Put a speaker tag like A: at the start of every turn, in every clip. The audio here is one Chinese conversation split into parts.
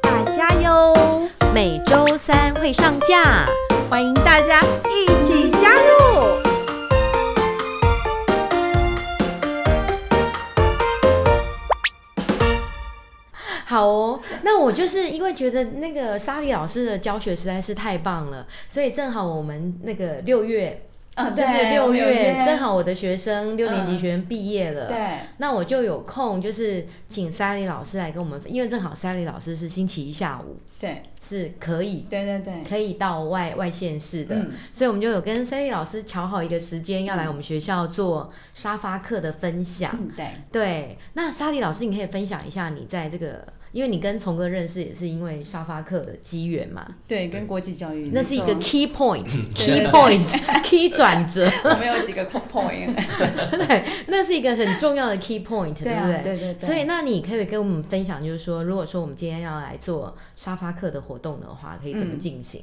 A: 大家哟，
B: 每周三会上架。
A: 欢迎大家一起加入。
B: 好哦，那我就是因为觉得那个莎莉老师的教学实在是太棒了，所以正好我们那个六月，
C: 啊
B: 就
C: 对
B: 是六
C: 六
B: 月，
C: 月嗯
B: 正好我的学生六年级学生毕业了，
C: 对，
B: 那我就有空，就是请莎莉老师来跟我们，因为正好莎莉老师是星期一下午
C: 对，
B: 是可以
C: 对对对，
B: 可以到外外县市的，
C: 嗯
B: 所以我们就有跟莎莉老师瞧好一个时间，要来我们学校做沙发课的分享。
C: 嗯对，
B: 对，那莎莉老师，你可以分享一下你在这个，因为你跟崇哥认识也是因为沙发课的机缘嘛，
C: 对，跟国际教育
B: 那是一个
C: 嗯没错嗯
B: key point，key
C: 对
B: point，key 转折，
C: 我们有几个 point，
B: 对，那是一个很重要的 key point，
C: 对
B: 不
C: 啊
B: 对？
C: 对对对
B: 所以，那你可以跟我们分享，就是说，如果说我们今天要来做沙发课的活动的话，可以怎么
C: 嗯
B: 进行？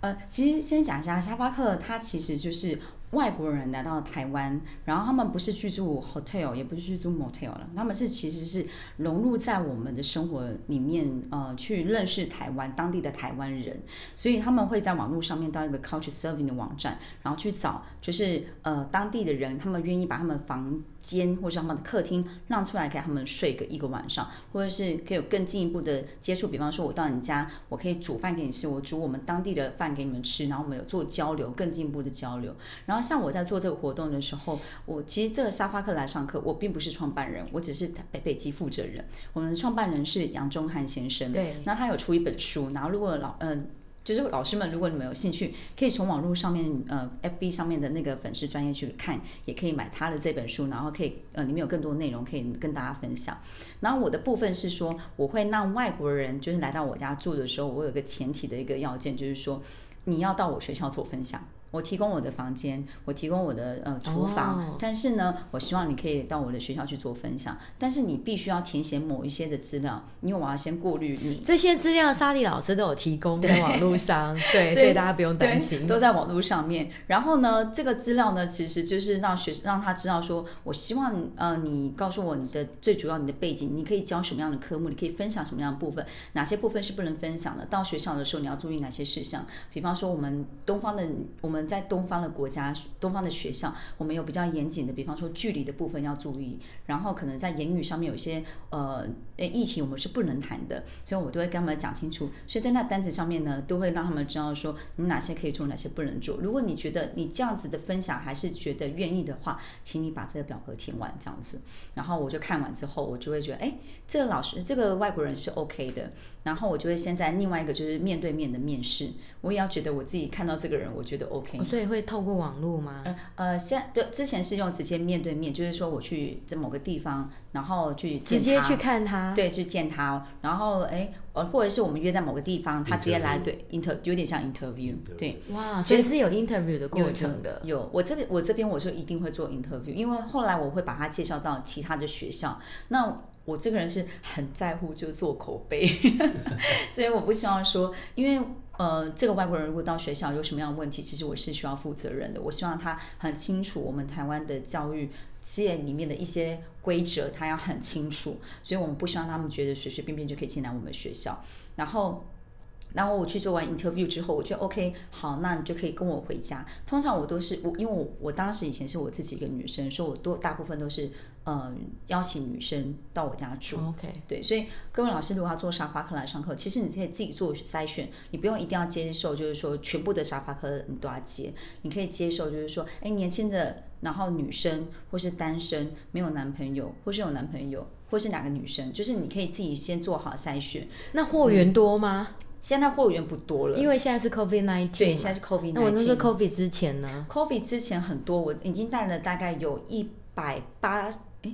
C: 呃，其实先讲一下沙发客，它其实就是。外国人来到台湾，然后他们不是去住 hotel，也不是去住 motel 了，他们是其实是融入在我们的生活里面，呃，去认识台湾当地的台湾人，所以他们会在网络上面到一个 couch serving 的网站，然后去找就是呃当地的人，他们愿意把他们房间或是他们的客厅让出来给他们睡个一个晚上，或者是可以有更进一步的接触，比方说我到你家，我可以煮饭给你吃，我煮我们当地的饭给你们吃，然后我们有做交流，更进一步的交流。然后像我在做这个活动的时候，我其实这个沙发客来上课，我并不是创办人，我只是北北基负责人。我们的创办人是杨忠汉先生，
B: 对
C: 那他有出一本书，然后如果老嗯。就是老师们，如果你们有兴趣，可以从网络上面，呃，FB 上面的那个粉丝专业去看，也可以买他的这本书，然后可以，呃，里面有更多内容可以跟大家分享。然后我的部分是说，我会让外国人就是来到我家住的时候，我有个前提的一个要件，就是说你要到我学校做分享。我提供我的房间，我提供我的呃厨房
B: 哦
C: 但是呢，我希望你可以到我的学校去做分享，但是你必须要填写某一些的资料，因为我要先过滤你
B: 这些资料莎莉老师都有提供在网络上，对，所以大家不用担心
C: 对。都在网络上面。然后呢，这个资料呢，其实就是让学让他知道说，我希望呃，你告诉我你的最主要你的背景，你可以教什么样的科目，你可以分享什么样的部分，哪些部分是不能分享的。到学校的时候，你要注意哪些事项。比方说，我们东方的我们在东方的国家、东方的学校，我们有比较严谨的，比方说距离的部分要注意，然后可能在言语上面有一些呃诶议题我们是不能谈的，所以我都会跟他们讲清楚。所以在那单子上面呢，都会让他们知道说你哪些可以做，哪些不能做。如果你觉得你这样子的分享还是觉得愿意的话，请你把这个表格填完这样子。然后我就看完之后，我就会觉得，哎，这个老师这个外国人是 OK 的。然后我就会先在另外一个就是面对面的面试，我也要觉得我自己看到这个人，我觉得 OK
B: 哦。所以会透过网络吗？
C: 呃呃，现对之前是用直接面对面，就是说我去在某个地方，然后去见
B: 直接
C: 他
B: 去看他，
C: 对，去见他，然后哎，呃，或者是我们约在某个地方，他直接来对 inter 有点像 interview，对，
B: 哇，所以是有 interview 的过程的。
C: 有我这边我这边我就一定会做 interview，因为后来我会把他介绍到其他的学校。那我这个人是很在乎就是做口碑，所以我不希望说，因为呃，这个外国人如果到学校有什么样的问题，其实我是需要负责任的。我希望他很清楚我们台湾的教育界里面的一些规则，他要很清楚，所以我们不希望他们觉得随随便便就可以进来我们学校，然后。然后我去做完 interview 之后，我觉得 OK，好，那你就可以跟我回家。通常我都是我，因为我我当时以前是我自己一个女生，所以我多大部分都是呃邀请女生到我家住。
B: OK，
C: 对，所以各位老师如果要做沙发课来上课，其实你可以自己做筛选，你不用一定要接受，就是说全部的沙发课你都要接，你可以接受就是说，哎，年轻的，然后女生或是单身没有男朋友，或是有男朋友，或是哪个女生，就是你可以自己先做好筛选。
B: 那货源多吗？
C: 现在货源不多了，
B: 因
C: 为
B: 为现在是 COVID nineteen，
C: 嗯对现在是 COVID
B: 那我那时候
C: nineteen。
B: COVID 之前呢？
C: COVID 之前很多，我已经带了大概有一百八，哎，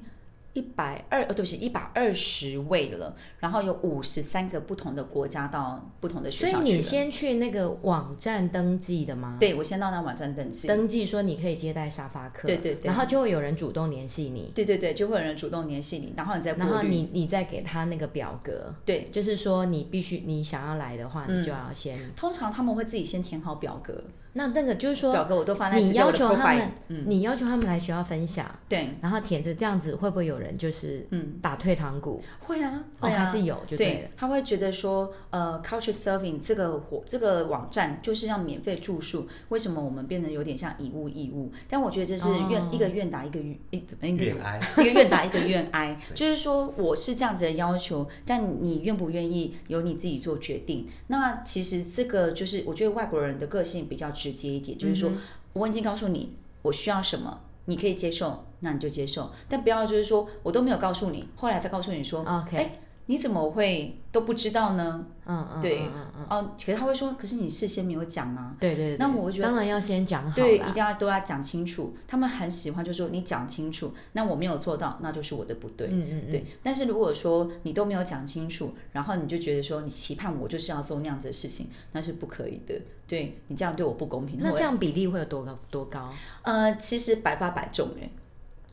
C: 一百二，呃，对不起，一百二十位了，然后有五十三个不同的国家到不同的学
B: 所以
C: 校去
B: 你
C: 了。
B: 先去那个网站登记的吗？，
C: 对，我先到那网站登记。
B: 登记说你可以接待沙发客，
C: 对对对
B: 然后就会有人主动联系你，
C: 对对对，就会有人主动联系你，然后你再过
B: 然后
C: 滤
B: 你你再给他那个表格，
C: 对，嗯
B: 就是说你必须你想要来的话，你就要先、
C: 通常他们会自己先填好表格，
B: 那那个就是
C: 表
B: 说
C: 格我都放在
B: 你
C: 自己的
B: 要求他
C: profile 嗯
B: 们，你要求他们来学校分享，
C: 对，
B: 然后舔着这样子，会不会有人就是
C: 嗯
B: 打退堂鼓？
C: 会啊，
B: 哦，
C: 会啊，
B: 还是有就对了
C: 对。，他会觉得说，呃，Culture Serving 这个活这个网站就是要免费住宿，为什么我们变得有点像以物易物？但我觉得这是愿、
B: 哦
C: 一个愿打一个愿一怎么一个
D: 愿挨
C: 一个愿打一个愿 挨，就是说我是这样子的要求，但你愿不愿意由你自己做决定。那其实这个就是我觉得外国人的个性比较直接一
B: 嗯
C: 点，就是说我已经告诉你我需要什么。你可以接受，那你就接受，但不要就是说我都没有告诉你，后来再告诉你说，
B: OK，
C: 哎你怎么会都不知道呢？
B: 嗯嗯，
C: 对
B: 嗯嗯嗯，
C: 哦，可是他会说，可是你事先没有讲啊。
B: 对对对。
C: 那我觉得
B: 当然要先讲好啦，嗯
C: 对，一定要都要讲清楚。他们很喜欢就说你讲清楚，那我没有做到，那就是我的不对。
B: 嗯嗯嗯，
C: 对，但是如果说你都没有讲清楚，然后你就觉得说你期盼我就是要做那样子的事情，那是不可以的。对你这样对我不公平。
B: 那
C: 我
B: 这样比例会有多高多高？
C: 呃，其实百发百中哎。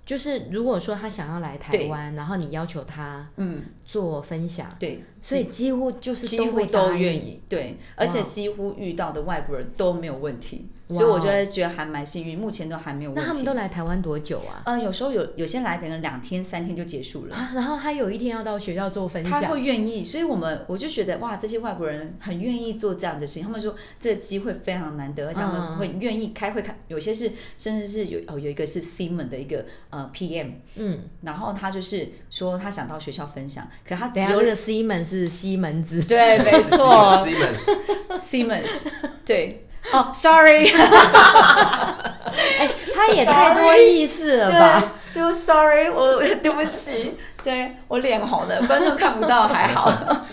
B: 就是如果说他想要来台
C: 对
B: 湾，然后你要求他
C: 嗯，
B: 做分享，
C: 对，
B: 所以几乎就是
C: 几乎
B: 会答
C: 都
B: 应哦
C: 愿。意，对，而且几乎遇到的外国人都没有问题，所以
B: 哇哦
C: 我觉得觉得还蛮幸运，目前都还没有问题。
B: 那他们都来台湾多久啊？
C: 呃，有时候有有些来可能两天三天就结束了，
B: 啊，然后他有一天要到学校做分
C: 嗯他
B: 享，
C: 会愿意，所以我们我就觉得哇，这些外国人很愿意做这样的事情，他们说这个机会非常难得，而且他
B: 嗯
C: 们会愿意开会开，有些是甚至是有哦有一个是 Simon 的一个呃 PM，
B: 嗯，
C: 然后他就是说他想到学校分享，可他只
B: 等一下这
C: 有
B: 个西门是西门子，
C: 对，没错，
D: 是一本书
C: Simmons，对，哦，sorry，
B: 哎，他也太多
C: Sorry
B: 意思了吧？
C: 对，对，sorry，我对不起，对我脸红了，观众看不到还好。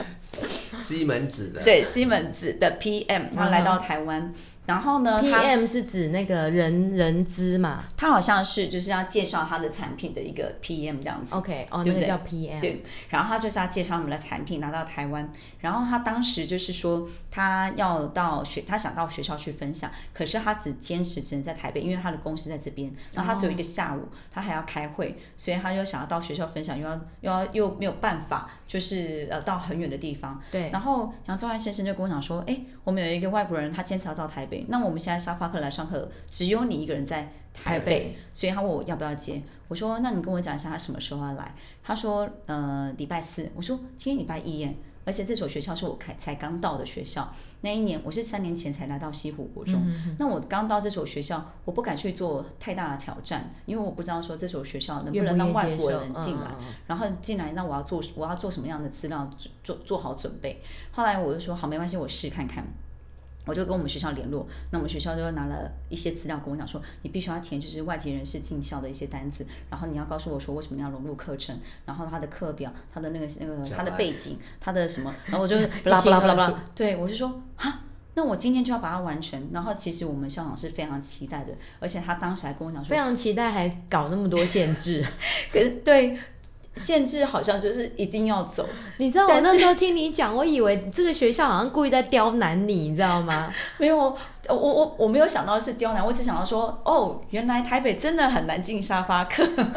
D: 西门子的，
C: 对，西门子的 PM，他来到台湾，然后呢，他
B: PM 是指那个人人资嘛
C: 他好像是就是要介绍他的产品的一个 PM 这样子。
B: ？OK，哦，
C: 对
B: 那个
C: 不对
B: 叫 PM。
C: 对然后他就是要介绍我们的产品拿到台湾，然后他当时就是说他要到学，他想到学校去分享，可是他只坚持只能在台北，因为他的公司在这边，然后他只有一个下午，他还要开会，所以他又想要到学校分享，又要又要又没有办法，就是呃到很远的地方。
B: 对
C: 然后杨宗汉先生就跟我讲说，哎，我们有一个外国人，他坚持要到台北，那我们现在沙发课来上课，只有你一个人在
B: 台
C: 台
B: 北
C: 北，所以他问我要不要接，我说那你跟我讲一下他什么时候要来。他说呃礼拜四，我说今天礼拜一耶，而且这所学校是我开才刚到的学校，那一年我是三年前才来到西湖国
B: 嗯
C: 中，那我刚到这所学校，我不敢去做太大的挑战，因为我不知道说这所学校能不
B: 愿
C: 能
B: 不
C: 让
B: 愿
C: 外
B: 接受
C: 国人进来，
B: 嗯嗯嗯
C: 然后进来那我要做我要做什么样的资料做做做好准备。后来我就说好没关系，我试看看。我就跟我们学校联络，那我们学校就拿了一些资料跟我讲说，你必须要填就是外籍人士进校的一些单子，然后你要告诉我说为什么要融入课程，然后他的课表、他的那个那个
D: 讲
C: 他的
D: 来
C: 背景、他的什么，然后我就
B: 一
C: 巴拉
B: 清
C: 巴拉巴拉
B: 二
C: 巴
B: 楚
C: 拉，对我就说哈，那我今天就要把它完成。然后其实我们校长是非常期待的，而且他当时还跟我讲说
B: 嗯非，常期待，还搞那么多限制。
C: 可是对限制好像就是一定要走，
B: 你知道我
C: 但是
B: 那时候听你讲，我以为这个学校好像故意在刁难你，你知道吗？
C: 没有，我我我没有想到是刁难，我只想到说，哦，原来台北真的很难进沙发客。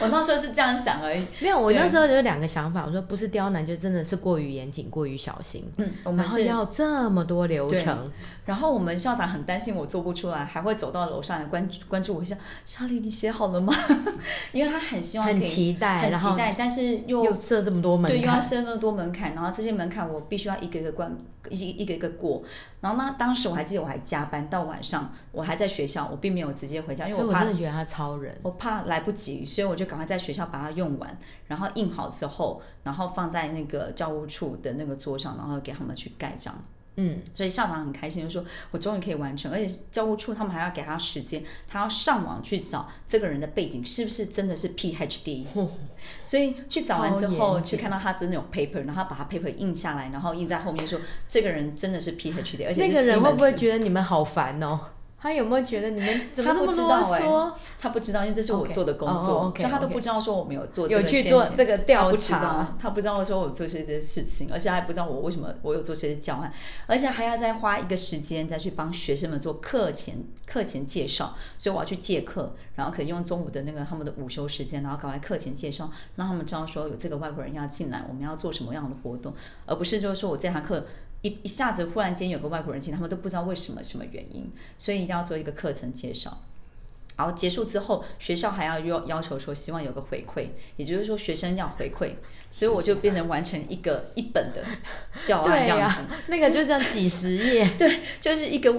C: 我那时候是这样想而已。
B: 没有，我
C: 对
B: 那时候有两个想法，我说不是刁难，就真的是过于严谨、过于小心，
C: 嗯，我
B: 然
C: 们
B: 后
C: 是，
B: 要这么多流程，
C: 然后我们校长很担心我做不出来，还会走到楼上来关关注我一下，莎莉，你写好了吗？ 因为他很希望可
B: 很
C: 以
B: 期待，
C: 很
B: 然
C: 期
B: 后
C: 待，但是又
B: 又设这么多
C: 对，
B: 门
C: 又要
B: 槛，
C: 设那么多门槛，然后这些门槛我必须要一个一个关，一一一个一个过。然后呢，当时我还记得我还加班到晚上，我还在学校，我并没有直接回家，因
B: 所以
C: 为我
B: 我
C: 怕
B: 真的觉得他超人。
C: 我怕来不及，所以我就赶快在学校把它用完，然后印好之后，然后放在那个教务处的那个桌上，然后给他们去盖章。
B: 嗯，
C: 所以校长很开心，就说我终于可以完成，而且教务处他们还要给他时间，他要上网去找这个人的背景是不是真的是 PhD，所以去找完之
B: 超
C: 后
B: 严谨
C: 去看到他真的有 paper，然后他把他 paper 印下来，然后印在后面说这个人真的是 PhD，而且
B: 那
C: 是
B: 个人会不会
C: 西门子
B: 觉得你们好烦哦？他有没有觉得你们怎么
C: 他
B: 那么哎
C: 不知
B: 啰
C: 道欸
B: 嗦？
C: 他不知道，因为这是我
B: OK
C: 做的工作
B: 哦，OK，
C: 所以他都
B: OK
C: 不知道说我们有做
B: 有
C: 这个
B: 去
C: 先
B: 做
C: 前
B: 这个
C: 他
B: 调
C: 不知
B: 查
C: 道，，他不知道说我做这些事情，而且他还不知道我为什么我有做这些教案，而且还要再花一个时间再去帮学生们做课前课前介绍，所以我要去借课，然后可以用中午的那个他们的午休时间，然后搞完课前介绍，让他们知道说有这个外国人要进来，我们要做什么样的活动，而不是就是说我这堂课。一一下子忽然间有个外国人进，来，他们都不知道为什么什么原因，所以一定要做一个课程介绍。然后结束之后，学校还要要要求说，希望有个回馈，也就是说学生要回馈，所以我就变成完成一个一本的教案
B: 对
C: 这样子，
B: 呀，那个就这样几十页，
C: 就是一个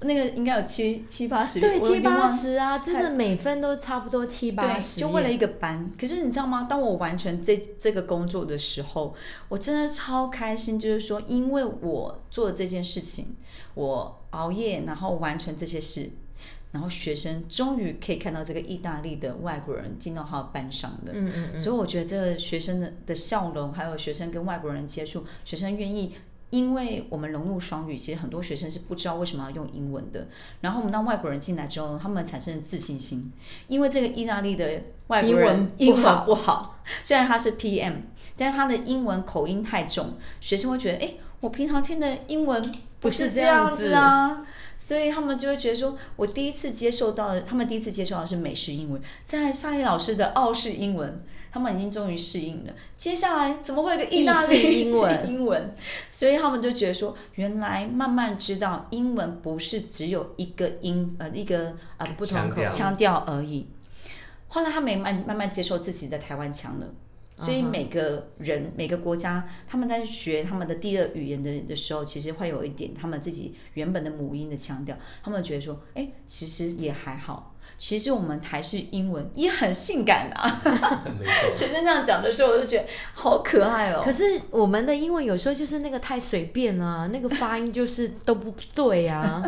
C: 那个应该有七七八十，
B: 对，
C: 我已
B: 七
C: 经忘
B: 八十啊，真的每分都差不多七八十页，
C: 对，就为了一个班。可是你知道吗？当我完成这这个工作的时候，我真的超开心，就是说，因为我做这件事情，我熬夜，然后完成这些事，然后学生终于可以看到这个意大利的外国人进到他的班上的。
B: 嗯嗯嗯，
C: 所以我觉得这个学生的的笑容，还有学生跟外国人接触，学生愿意。因为我们融入双语，其实很多学生是不知道为什么要用英文的。然后我们让外国人进来之后，他们产生了自信心，因为这个意大利的外国人
B: 英文不好
C: 不好，虽然他是 PM，但是他的英文口音太重，学生会觉得，哎，我平常听的英文不是这样子啊，所以他们就会觉得说，我第一次接受到的，他们第一次接受到的是美式英文，在沙溢老师的澳式英文，他们已经终于适应了。接下来怎么会有个意大利
B: 意式英文
C: 式英文？所以他们就觉得说，原来慢慢知道英文不是只有一个音呃一个啊不同
D: 强
C: 口
D: 调
C: 腔调而已。后来他们也慢慢慢接受自己在台湾腔了。所以
B: 嗯哼
C: 每个人、每个国家，他们在学他们的第二语言的的时候，其实会有一点他们自己原本的母音的腔调，他们觉得说，哎，其实也还好，其实我们台式英文也很性感啊。
D: 没错，
C: 学生这样讲的时候，我就觉得好可爱哦。
B: 可是我们的英文有时候就是那个太随便 啊，那个发音就是都不对啊。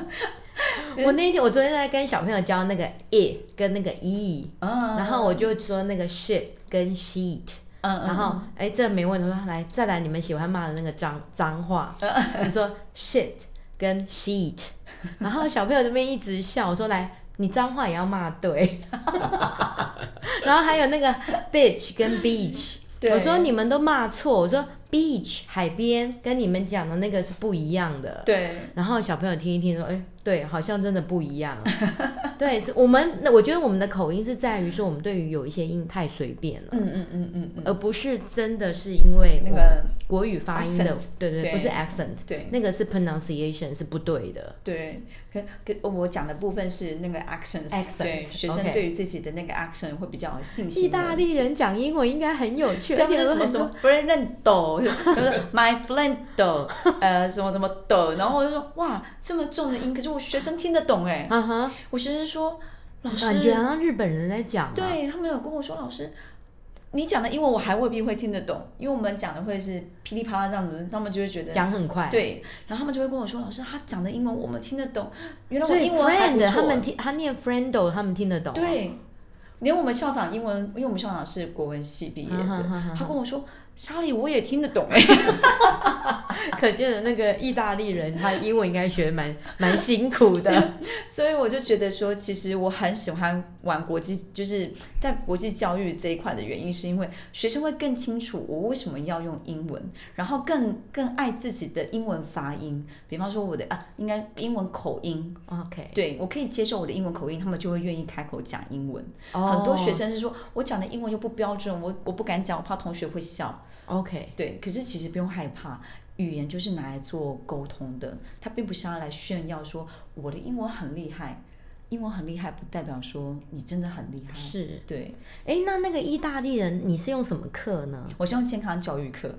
B: 我那一天，我昨天在跟小朋友教那个 it 跟那个 e，、
C: 嗯，
B: 然后我就说那个 ship 跟 sheet，、
C: 嗯，嗯
B: 然后哎这没问题，我说来再来你们喜欢骂的那个脏脏话，
C: 嗯
B: 你说 shit 跟 sheet，然后小朋友这边一直笑，我说来你脏话也要骂对， 然后还有那个 bitch 跟 beach。
C: 对
B: 我说你们都骂错，我说 beach 海边跟你们讲的那个是不一样的。
C: 对，
B: 然后小朋友听一听说，哎，对，好像真的不一样。 对，是我们，那我觉得我们的口音是在于说，我们对于有一些音太随便了，
C: 嗯嗯嗯嗯嗯，
B: 而不是真的是因为
C: 那
B: 我们
C: 个
B: 国语发音的
C: accent，，
B: 对对，
C: 对
B: 不是 accent，
C: 对
B: 那个是 pronunciation 是不对的。
C: 对，可可我讲的部分是那个 actions，
B: Accent，
C: 对学生
B: OK
C: 对于自己的那个 action 会比较有信心。
B: 意大利人讲英文应该很有趣，
C: 对
B: 而
C: 他们
B: 且有
C: 是什么
B: 很
C: 什
B: 多
C: 么 friendo，就是 my friendo，呃，什么什么的，然后我就说哇，这么重的音，可是我学生听得懂哎。
B: 啊哈，
C: 我学生说老
B: 感觉好
C: 师，
B: 像日本人在讲啊。
C: 对他们有跟我说老师。你讲的英文我还未必会听得懂，因为我们讲的会是噼里啪啦这样子，他们就会觉得
B: 讲很快，
C: 对，然后他们就会跟我说，老师他讲的英文我们听得懂，原来我
B: 所以
C: 英文还不
B: friend
C: 错。
B: 他们听他念 friendo，他们听得懂、，啊
C: 对，连我们校长英文，因为我们校长是国文系毕业的，
B: 嗯哼哼哼
C: 他跟我说。莎莉，我也听得懂哎、 欸，
B: 可见的那个意大利人，他英文应该学得蛮蛮辛苦的。
C: 所以我就觉得说，其实我很喜欢玩国际，就是在国际教育这一块的原因，是因为学生会更清楚我为什么要用英文，然后更更爱自己的英文发音，比方说我的啊，应该英文口音，
B: OK，
C: 对我可以接受我的英文口音，他们就会愿意开口讲英文。
B: 哦
C: 很多学生是说我讲的英文又不标准，我我不敢讲，我怕同学会笑。
B: 哦 OK，
C: 对，可是其实不用害怕，语言就是拿来做沟通的，它并不是要来炫耀说我的英文很厉害。英文很厉害，不代表说你真的很厉害。
B: 是。
C: 对
B: 哎，那那个意大利人，你是用什么课呢？
C: 我是用健康教育课，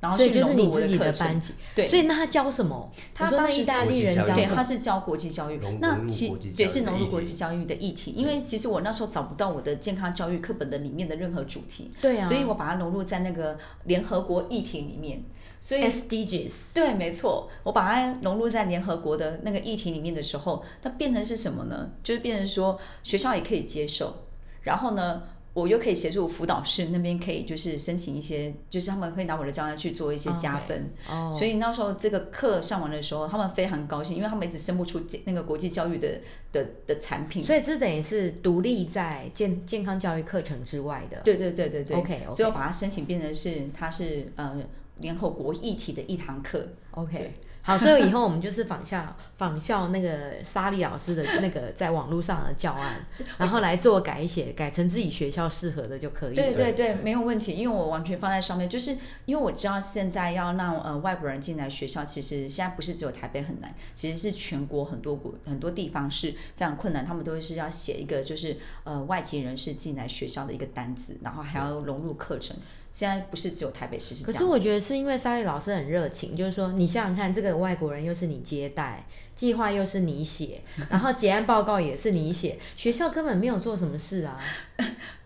C: 然后
B: 所以
C: 去
B: 就是
C: 融
B: 你
C: 入我
B: 自己
C: 课
B: 的
C: 程
B: 班级，
C: 对
B: 所以那他教什么？
C: 他
B: 我说那
C: 当时
B: 意大
C: 是
B: 利人
D: 国
B: 教
D: 际教育
C: 对，
B: 什
C: 它
B: 么？
C: 是教国际教育
D: 融，
C: 那
D: 融入
C: 其
D: 国际教育
C: 对
D: 的
C: 是融
D: 议
C: 入
D: 题
C: 国际教育的议题，因为其实我那时候找不到我的健康教育课本的里面的任何主题，
B: 对啊
C: 所以我把它融入在那个联合国议题里面，所以。
B: SDGs
C: 对，没错，我把它融入在联合国的那个议题里面的时候，它变成是什么呢？就是变成说学校也可以接受，然后呢，我又可以协助辅导室那边可以就是申请一些，就是他们可以拿我的教案去做一些加分。
B: 哦，
C: 所以那时候这个课上完的时候，他们非常高兴，因为他们一直生不出那个国际教育的的的产品。
B: 所以这等于是独立在健健康教育课程之外的。
C: 对对对对对
B: OK，OK
C: 所以我把它申请变成是它是呃联合国议题的一堂课。
B: OK，好，所以以后我们就是仿效仿效那个莎莉老师的那个在网络上的教 案，然后来做改写，改成自己学校适合的就可以了。
C: 对对对，没有问题，因为我完全放在上面，就是因为我知道现在要让呃外国人进来学校，其实现在不是只有台北很难，其实是全国很多国很多地方是非常困难，他们都是要写一个就是呃外籍人士进来学校的一个单子，然后还要融入课程。现在不是只有台北市是这
B: 可
C: 样
B: 是
C: 子，
B: 我觉得是因为莎莉老师很热情，就是说你想想看，这个外国人又是你接待，计划又是你写，然后结案报告也是你写，学校根本没有做什么事 啊。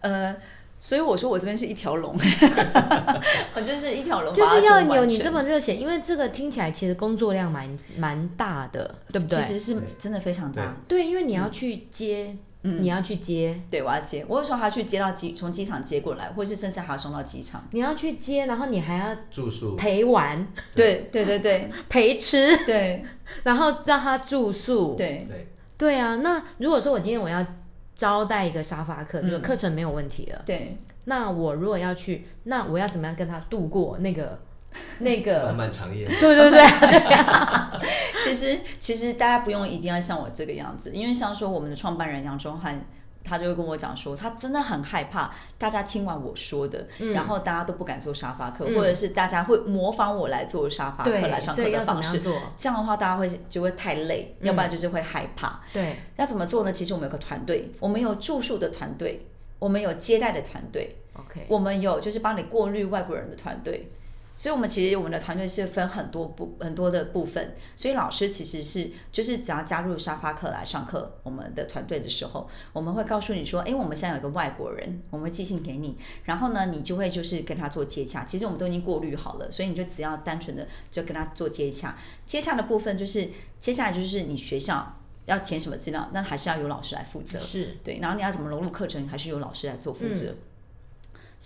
C: 呃，所以我说我这边是一条龙，我 就是一条龙，
B: 就是要有你这
C: 么。
B: 么热血，因为这个听起来其实工作量蛮蛮大的，对不对
C: 其？实嗯是真的非常大，
B: 对，因为你要去接，
C: 嗯
B: 你要去接，
C: 对，我要接。我有时候还要去接到机，从机场接过来，或是甚至还要送到机场。
B: 你要去接，然后你还要
D: 住宿
B: 陪玩、
C: 对对对对
B: 陪吃，
C: 对
B: 然后让他住宿。
C: 对，
D: 对，
B: 对啊，那如果说我今天我要招待一个沙发客，这
C: 嗯
B: 个课程没有问题了，
C: 对，
B: 那我如果要去，那我要怎么样跟他度过那 个那
D: 漫
B: 个？
D: 漫长夜，
B: 对对对，
C: 其实其实大家不用一定要像我这个样子，因为像说我们的创办人杨忠汉。他就会跟我讲说，他真的很害怕大家听完我说的，
B: 嗯
C: 然后大家都不敢做沙发客，或者是大家会模仿我来做沙发客来上
B: 所
C: 课
B: 以要
C: 的
B: 怎么
C: 方式
B: 样。做？嗯
C: 这样的话，大家会就会太累，要不然就是会害怕。
B: 对，
C: 要怎么做呢？其实我们有个团队，我们有住宿的团队，我们有接待的团队，
B: OK，
C: 我们有就是帮你过滤外国人的团队，所以我们其实我们的团队是分很多部很多的部分，所以老师其实是就是只要加入沙发课来上课我们的团队的时候，我们会告诉你说，诶，我们现在有一个外国人，我们会寄信给你，然后呢，你就会就是跟他做接洽，其实我们都已经过滤好了，所以你就只要单纯的就跟他做接洽，接洽的部分就是接下来就是你学校。要填什么资料，那还是要由老师来负责。
B: 是
C: 对，然后你要怎么融入课程，还是由老师来做负
B: 嗯
C: 责。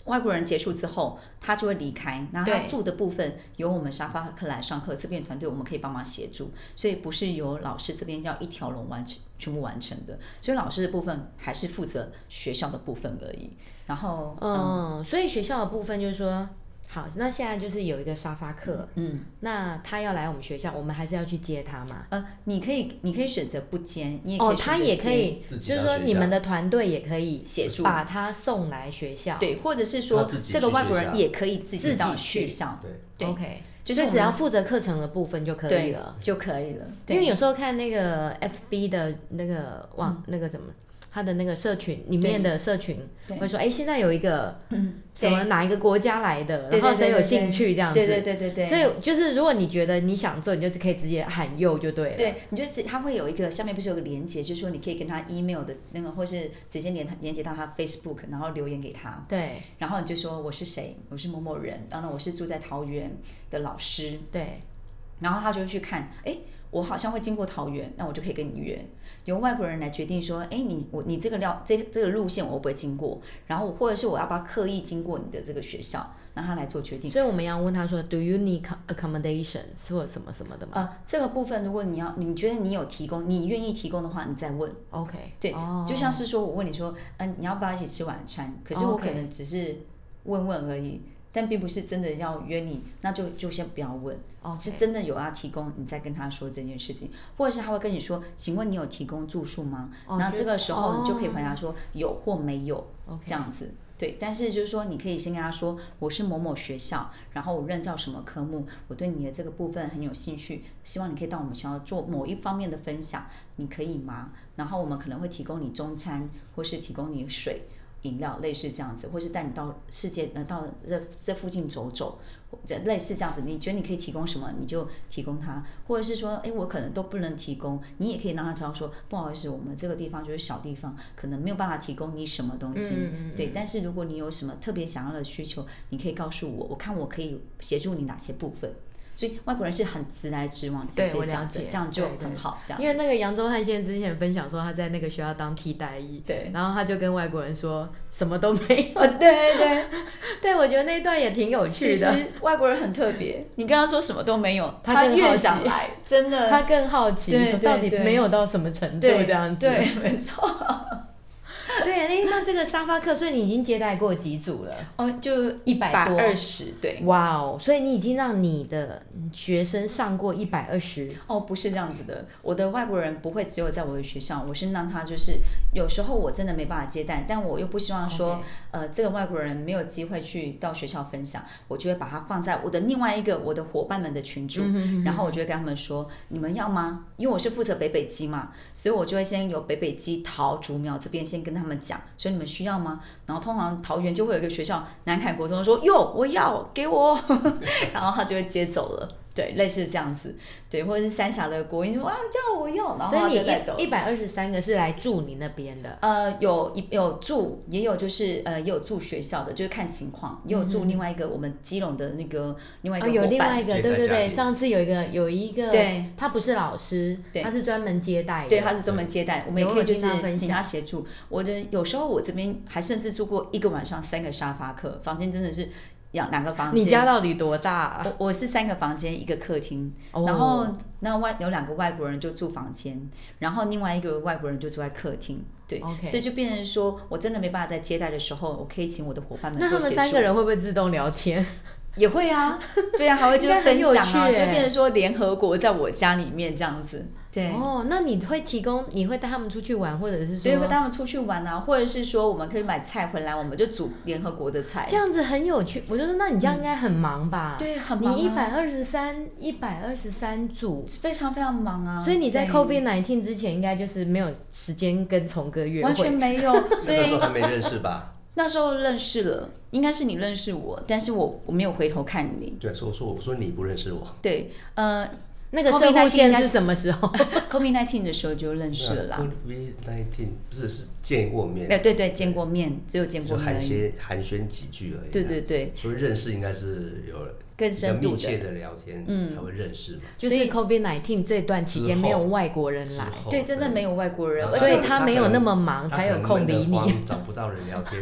C: 外国人结束之后，他就会离开，那他
B: 对
C: 住的部分由我们沙发客来上课，这边团队我们可以帮忙协助，所以不是由老师这边要一条龙完成全部完成的，所以老师的部分还是负责学校的部分而已。然后，嗯
B: 嗯，所以学校的部分就是说，好，那现在就是有一个沙发客，
C: 嗯
B: 那他要来我们学校，我们还是要去接他嘛。
C: 呃，你可以你可以选择不接，你也可
B: 哦，
C: 以选择
B: 他也可
C: 接
B: 以，
D: 自己
B: 就是说
D: 到学
B: 你
D: 校
B: 们的团队也可以
C: 协助
B: 把他送来学校。
C: 对，或者是
D: 他
C: 说
D: 自己
C: 这个
D: 去
C: 外
D: 学
C: 国人
D: 校
C: 也可以
B: 自
C: 自己
B: 己
C: 到
B: 去
C: 学校，
D: 对，哦
C: 对
B: ，OK，
C: 就
B: 所
C: 是
B: 以
C: 我
B: 只要
C: 们
B: 负责课程的部分就可以
C: 对
B: 了。
C: 就可以了，
B: 因
C: 对
B: 为有时候看那个 FB 的那个网、那个怎么，他的那个社群里面的社群
C: 嗯对嗯
B: 会说，哎、现在有一个什么
C: 对
B: 哪一个国家来的，
C: 对
B: 然后
C: 对对
B: 谁有
C: 对
B: 兴
C: 对
B: 趣这样子。
C: 对对对对对，
B: 所以就是如果你觉得你想做，你就可以直接喊右就对了。
C: 对，你就是他会有一个下面不是有个连接，就是说你可以跟他 email 的那个，或是直接连连接到他 Facebook，然后留言给他，
B: 对
C: 然后你就说我是谁，我是某某人，当然我是住在桃园的老师，
B: 对
C: 然后他就去看，哎，我好像会经过桃园，那我就可以跟你约，由外国人来决定说，哎，你我你这个料这这个路线我会不会经过，然后我或者是我要不要刻意经过你的这个学校，让他来做决定。
B: 所以我们要问他说，Do you need accommodations 或者什么什么的嘛、
C: 呃，这个部分如果你要你觉得你有提供，你愿意提供的话，你再问。
B: o k
C: 呃对，
B: 哦、
C: 就像是说我问你说，嗯、你要不要一起吃晚餐？可是
B: 哦
C: 我
B: ，OK
C: 可能只是问问而已，但并不是真的要约你，那就就先不要问。
B: 哦 OK
C: 是真的有要提供，你再跟他说这件事情，或者是他会跟你说，请问你有提供住宿吗？
B: 哦
C: 然后
B: 就
C: 这个时候你就可以
B: 哦
C: 回答说、有或没有
B: OK
C: 这样子。对，但是就是说，你可以先跟他说我是某某学校，然后我任教什么科目，我对你的这个部分很有兴趣，希望你可以到我们学校做某一方面的分享，你可以吗？然后我们可能会提供你中餐，或是提供你水、饮料，类似这样子，或是带你到世界呃到这这附近走走，这类似这样子。你觉得你可以提供什么，你就提供它，或者是说，哎，我可能都不能提供，你也可以让他知道说，不好意思，我们这个地方就是小地方，可能没有办法提供你什么东西。
B: 嗯嗯嗯
C: 对，但是如果你有什么特别想要的需求，你可以告诉我，我看我可以协助你哪些部分。所以外国人是很直来直往直
B: 对
C: 接
B: 我了
C: 讲的，
B: 解
C: 这样就
B: 对对
C: 很好。这样
B: 因为那个扬州汉先生之前分享说他在那个学校当替代役，
C: 对
B: 然后他就跟外国人说什么都没有。
C: 哦，对对 对，
B: 对，我觉得那一段也挺有
C: 其
B: 趣
C: 实
B: 的。
C: 外国人很特别， 你跟他说什么都没有，
B: 他
C: 他
B: 更好
C: 越
B: 奇
C: 想 来，真的，
B: 他更好奇
C: 对
B: 说
C: 对
B: 到底
C: 对
B: 没有到什么程度
C: 对
B: 这样子。
C: 对，没错。
B: 对，哎，那这个沙发客，所以你已经接待过几组了？
C: 哦，就一百
B: 100多
C: 二十，对。
B: 哇哦！所以你已经让你的学生上过一百二十，
C: 哦，不是这样子的，我的外国人不会只有在我的学校，我是让他就是有时候我真的没办法接待，但我又不希望说
B: OK
C: 呃这个外国人没有机会去到学校分享，我就会把他放在我的另外一个我的伙伴们的群组，然后我就会跟他们说你们要吗？因为我是负责北北基嘛，所以我就会先由北北基桃竹苗这边先跟他们讲，说你们需要吗？然后通常桃园就会有一个学校南凯国中说哟我要给我，然后他就会接走了。对，类似这样子，对，或者是三峡的国营说啊要我要，然
B: 所
C: 后
B: 以
C: 他就带走了
B: 你一一百二十三个是来住你那边的。
C: 呃，有一有住，也有就是呃，也有住学校的，就是看情况，也有住另外一个我们基隆的那个另外一
B: 哦，
C: 个
B: 有
C: 伙
B: 另外
C: 伴，
B: 一个，
D: 接待
B: 对对
D: 家
B: 对，
D: 庭
B: 上次有一个有一个，
C: 对，
B: 他不是老师，
C: 对
B: 他是专门接待的，
C: 对，他是专门接待，我们也可以就
B: 有没有听他分享
C: 是请他协助。我的有时候我这边还甚至住过一个晚上三个沙发客，房间真的是两两个房间，
B: 你家到底多大啊？
C: 呃我我是三个房间一个客厅，
B: 哦
C: 然后那外有两个外国人就住房间，然后另外一个外国人就住在客厅，对
B: OK
C: 所以就变成说我真的没办法在接待的时候，我可以请我的伙伴们
B: 那他
C: 做
B: 们
C: 协助。
B: 三个人会不会自动聊天？
C: 也 会啊，对啊，还会就是
B: 应该很
C: 分
B: 有
C: 享啊，
B: 趣
C: 就
B: 欸
C: 变成说联合国在我家里面这样子，对。
B: 哦，那你会提供，你会带他们出去玩，或者是
C: 所以会
B: 说
C: 带他们出去玩啊，或者是说我们可以买菜回来，我们就煮联合国的菜
B: 这。样子很有趣？我就说，那你这样应该很忙吧？
C: 对很忙啊
B: 你一百二十三，一百二十三组，
C: 非常非常忙啊，
B: 所以你在
C: 对
B: COVID nineteen 之前，应该就是没有时间跟虫哥约
C: 完
B: 会。
C: 全 没有，所
D: 那个时候
C: 以
D: 还没认识吧？
C: 那时候认识了，应该是你认识我，但是我我没有回头看你。
D: 对，说说我说你不认识我，
C: 对，呃
B: 那个射护
C: COVID-19 应
B: 线
C: 该
B: 是
C: 是
B: 什么时候？
C: ，COVID nineteen 的时候就认识了 啦。
D: V nineteen 不是是见过面，
C: 对对对，见过面，只有见过
D: 就
C: 面
D: 寒
C: 而已。
D: 暄寒暄几句而已。
C: 对对对，
D: 所以认识应该是有
C: 更
D: 比较
C: 深度
D: 密
C: 的
D: 切的聊天，嗯，才会认识嘛。
B: 就
C: 所
B: 是
C: 以
B: COVID nineteen 这段期间没有
D: 之后
B: 外国人
D: 之
B: 来。
D: 后
C: 对，真的没有外国人，
D: 然后
C: 而
B: 所
C: 且
B: 以他没有
D: 可能
B: 那么忙
D: 他
B: 才有
D: 可能
B: 空
D: 闷得
B: 理你
D: 慌找不到人聊 天，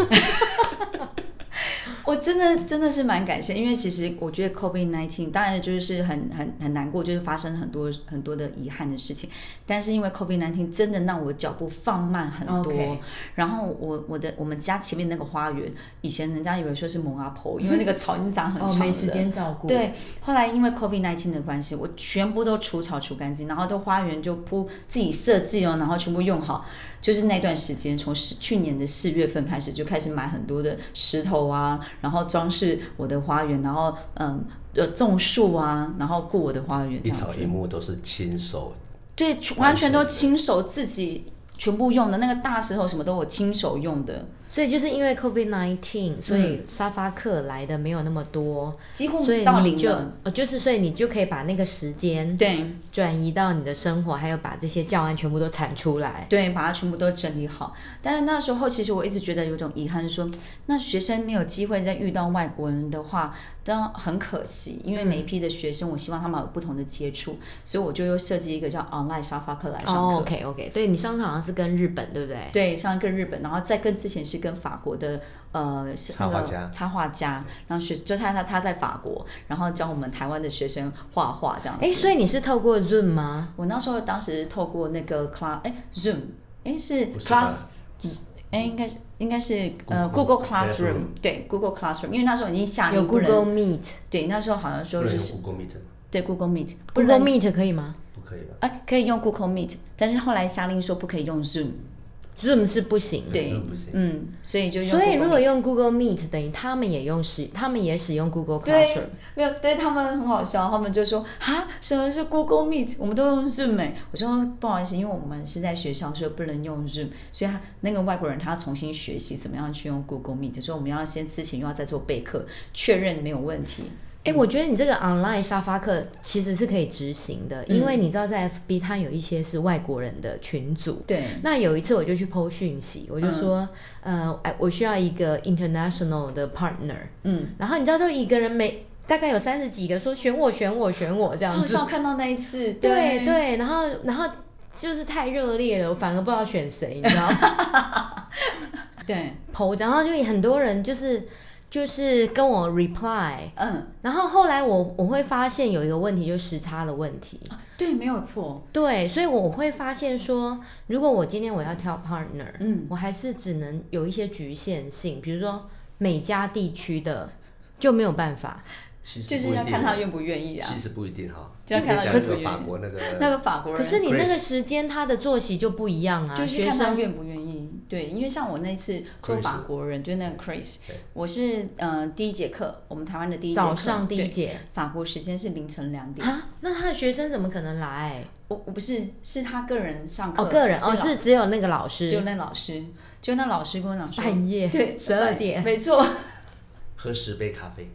C: 我真的真的是蛮感谢，因为其实我觉得 COVID nineteen 当然就是很很很难过，就是发生很多很多的遗憾的事情。但是因为 COVID nineteen 真的让我脚步放慢很多
B: OK
C: 然后我我的我们家前面那个花园，以前人家以为说是蒙阿婆，因为那个草已经长很
B: 哦，
C: 长了。
B: 没时间照顾。
C: 对，后来因为 COVID nineteen 的关系，我全部都除草除干净，然后都花园就铺自己设计哦，然后全部用好。就是那段时间，从十去年的四月份开始，就开始买很多的石头啊，然后装饰我的花园，然后嗯，呃，种树啊，然后顾我的花园，这
D: 一
C: 样
D: 草
C: 子
D: 一木都是亲手，
C: 对，完
D: 完
C: 全
D: 全
C: 都
D: 的
C: 亲手自己全部用的，那个大石头什么都我亲手用的，
B: 所以就是因为 COVID
C: 嗯
B: nineteen，所以沙发客来的没有那么多，
C: 几乎
B: 所以
C: 到
B: 你
C: 零
B: 就
C: 了。
B: 哦，就是所以你就可以把那个时间
C: 对，
B: 转移到你的生活，还有把这些教案全部都产出来。
C: 对，把它全部都整理好。但是那时候其实我一直觉得有种遗憾说，那学生没有机会再遇到外国人的话，真的很可惜。因为每一
B: 嗯
C: 批的学生，我希望他们有不同的接触，所以我就又设计一个叫 online 沙发课来上课。
B: 哦、o k OK，对你上次好像是跟日本，对不对？
C: 对，上一个日本，然后再跟之前是跟法国的呃是
D: 插画
C: 那个
D: 家
C: 插画家，然后学就他他他在法国，然后教我们台湾的学生画画这样子。
B: 哎，所以你是透过 Zoom 吗？
C: 我那时候当时透过那个 class 哎 Zoom 哎是
D: 不是
C: class 哎，应该是应该是呃
D: Google-
C: Google Classroom，对 Google Classroom，因为那时候已经夏令
B: 有
C: 营不能
B: Google Meet，Google
C: 对那时候好像说
D: 不能
C: 就
D: 用
C: 是
D: Google Meet
C: 对 Google Meet，不能
B: Meet 可以吗
D: 不可以吧？
C: 哎可以用 Google Meet，但是后来夏令说不可以用 Zoom，
B: ？Zoom 是不行。
C: 对
D: 那不行，
C: 嗯，所以就用
B: 所以
C: Google
B: 如果
C: Meet
B: 用 Google Meet，等于他们也用使，他们也使用 Google
C: 对
B: Classroom。
C: 没有，对他们很好笑，他们就说啊，什么是 Google Meet？我们都用 Zoom 哎、我说不好意思，因为我们是在学校，所以不能用 Zoom，所以他那个外国人他要重新学习怎么样去用 Google Meet，所以我们要先之前又要再做备课，确认没有问题。
B: 哎、我觉得你这个 online 沙发课其实是可以执行的，因为你知道在 FB 它有一些是外国人的群组。
C: 对，
B: 那有一次我就去 PO 讯息，我就说，呃，哎，我需要一个 international 的 partner。
C: 嗯，
B: 然后你知道，就一个人没大概有三十几个说选我选我选我这样
C: 好
B: 子，
C: 像看到那一次，
B: 对对，然后然后就是太热烈了，我反而不知道选谁，你知道 吗？
C: 对，
B: 投，然后就很多人就是就是跟我 reply，
C: 嗯，
B: 然后后来我我会发现有一个问题，就是时差的问题。
C: 对，没有错，
B: 对，所以我会发现说，如果我今天我要挑 partner，
C: 嗯，
B: 我还是只能有一些局限性，比如说每家地区的就没有办法。
D: 其实
C: 就是
D: 不一
C: 要
D: 定
C: 看他
D: 啊
C: 愿不愿意啊
D: 其。实不一定哈，
C: 就要看他
D: 你可以
C: 可是
D: 讲那个法国那个
C: 那个法国人，
B: 可是你那个
D: Grace
B: 时间，他的作息就不一样啊。
C: 就是
B: 学
C: 看他
B: 生
C: 愿不愿意。对，因为像我那次做
D: Chris
C: 法国人，就是那个 Chris，
D: 对
C: 我是呃第一节课，我们台湾的第一节课
B: 早上第一
C: 对
B: 节
C: 法国时间是凌晨两点。
B: 啊，那他的学生怎么可能来？
C: 我我不是，是他个人上课，
B: 哦，个人哦，
C: 老
B: 是只有那个老师，
C: 就那老师，就那老师跟我讲 说，
B: 半夜
C: 对，
B: 十二点。
C: 没错。
D: 喝十杯咖啡，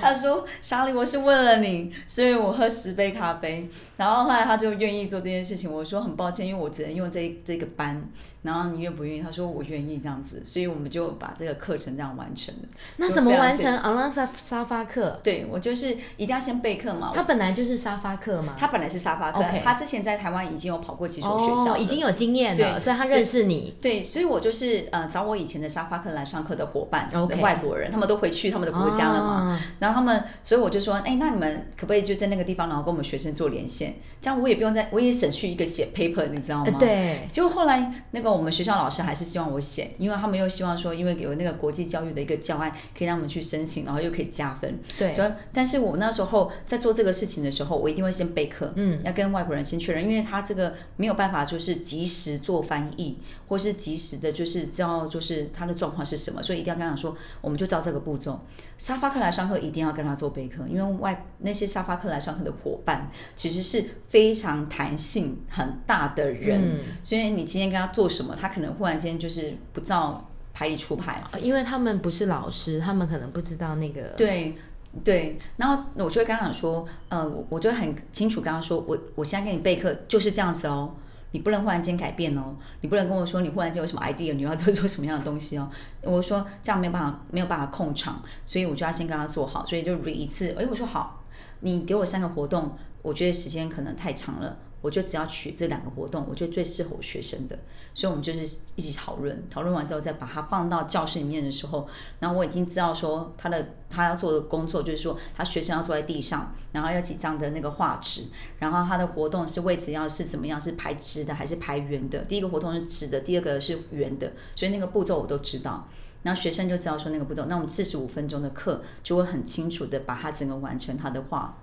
C: 他说：“莎莉，我是为了你，所以我喝十杯咖啡。”然后后来他就愿意做这件事情。我说很抱歉，因为我只能用这这个班。然后你愿不愿意？他说我愿意这样子，所以我们就把这个课程这样完成了。
B: 那
C: 就
B: 怎么
C: 非常
B: 完
C: 谢
B: 成
C: 谢
B: Alansa 沙发课？
C: 对我就是一定要先备课嘛。
B: 他本来就是沙发课吗？
C: 他本来是沙发课
B: OK
C: 他之前在台湾已经有跑过几所学校、
B: 哦，已经。有经验了，
C: 对
B: 所以他
C: 是
B: 认识你。
C: 对，所以我就是呃找我以前的沙发课来上课的伙伴
B: OK
C: 外国人，他们都回去他们的国家了
B: 哦
C: 嘛。然后他们，所以我就说，哎，那你们可不可以就在那个地方，然后跟我们学生做连线？这样我也不用再，我也省去一个写 paper，你知道
B: 呃
C: 吗？。
B: 对，
C: 结果后来那个我们学校老师还是希望我写，因为他们又希望说，因为有那个国际教育的一个教案，可以让我们去申请，然后又可以加分。
B: 对
C: 所以，但是我那时候在做这个事情的时候，我一定会先备课，
B: 嗯，
C: 要跟外国人先确认，因为他这个没有办法就是及时做翻译，或是及时的就是知道就是他的状况是什么，所以一定要跟他讲说，我们就照这个步骤。沙发课来上课一定要跟他做备课，因为外那些沙发课来上课的伙伴其实是非常弹性很大的人，
B: 嗯
C: 所以你今天跟他做什么，他可能忽然间就是不照牌理出牌。
B: 呃因为他们不是老师，他们可能不知道那个。
C: 对对，然后我就会跟他讲说，呃，我我就会很清楚跟他说，我我现在给你备课就是这样子哦，你不能忽然间改变哦，你不能跟我说你忽然间有什么 idea，你要做做什么样的东西哦。我说这样没有办法，没有办法控场，所以我就要先跟他做好，所以就 re 一次。哎，我说好，你给我三个活动，我觉得时间可能太长了。我就只要取这两个活动，我觉得最适合我学生的，所以我们就是一起讨论，讨论完之后再把它放到教室里面的时候，然后我已经知道说他的他要做的工作就是说他学生要坐在地上，然后要几张的那个画纸，然后他的活动是位置要是怎么样，是排直的还是排圆的？第一个活动是直的，第二个是圆的，所以那个步骤我都知道。然后学生就知道说那个步骤，那我们四十五分钟的课就会很清楚的把它整个完成他的画。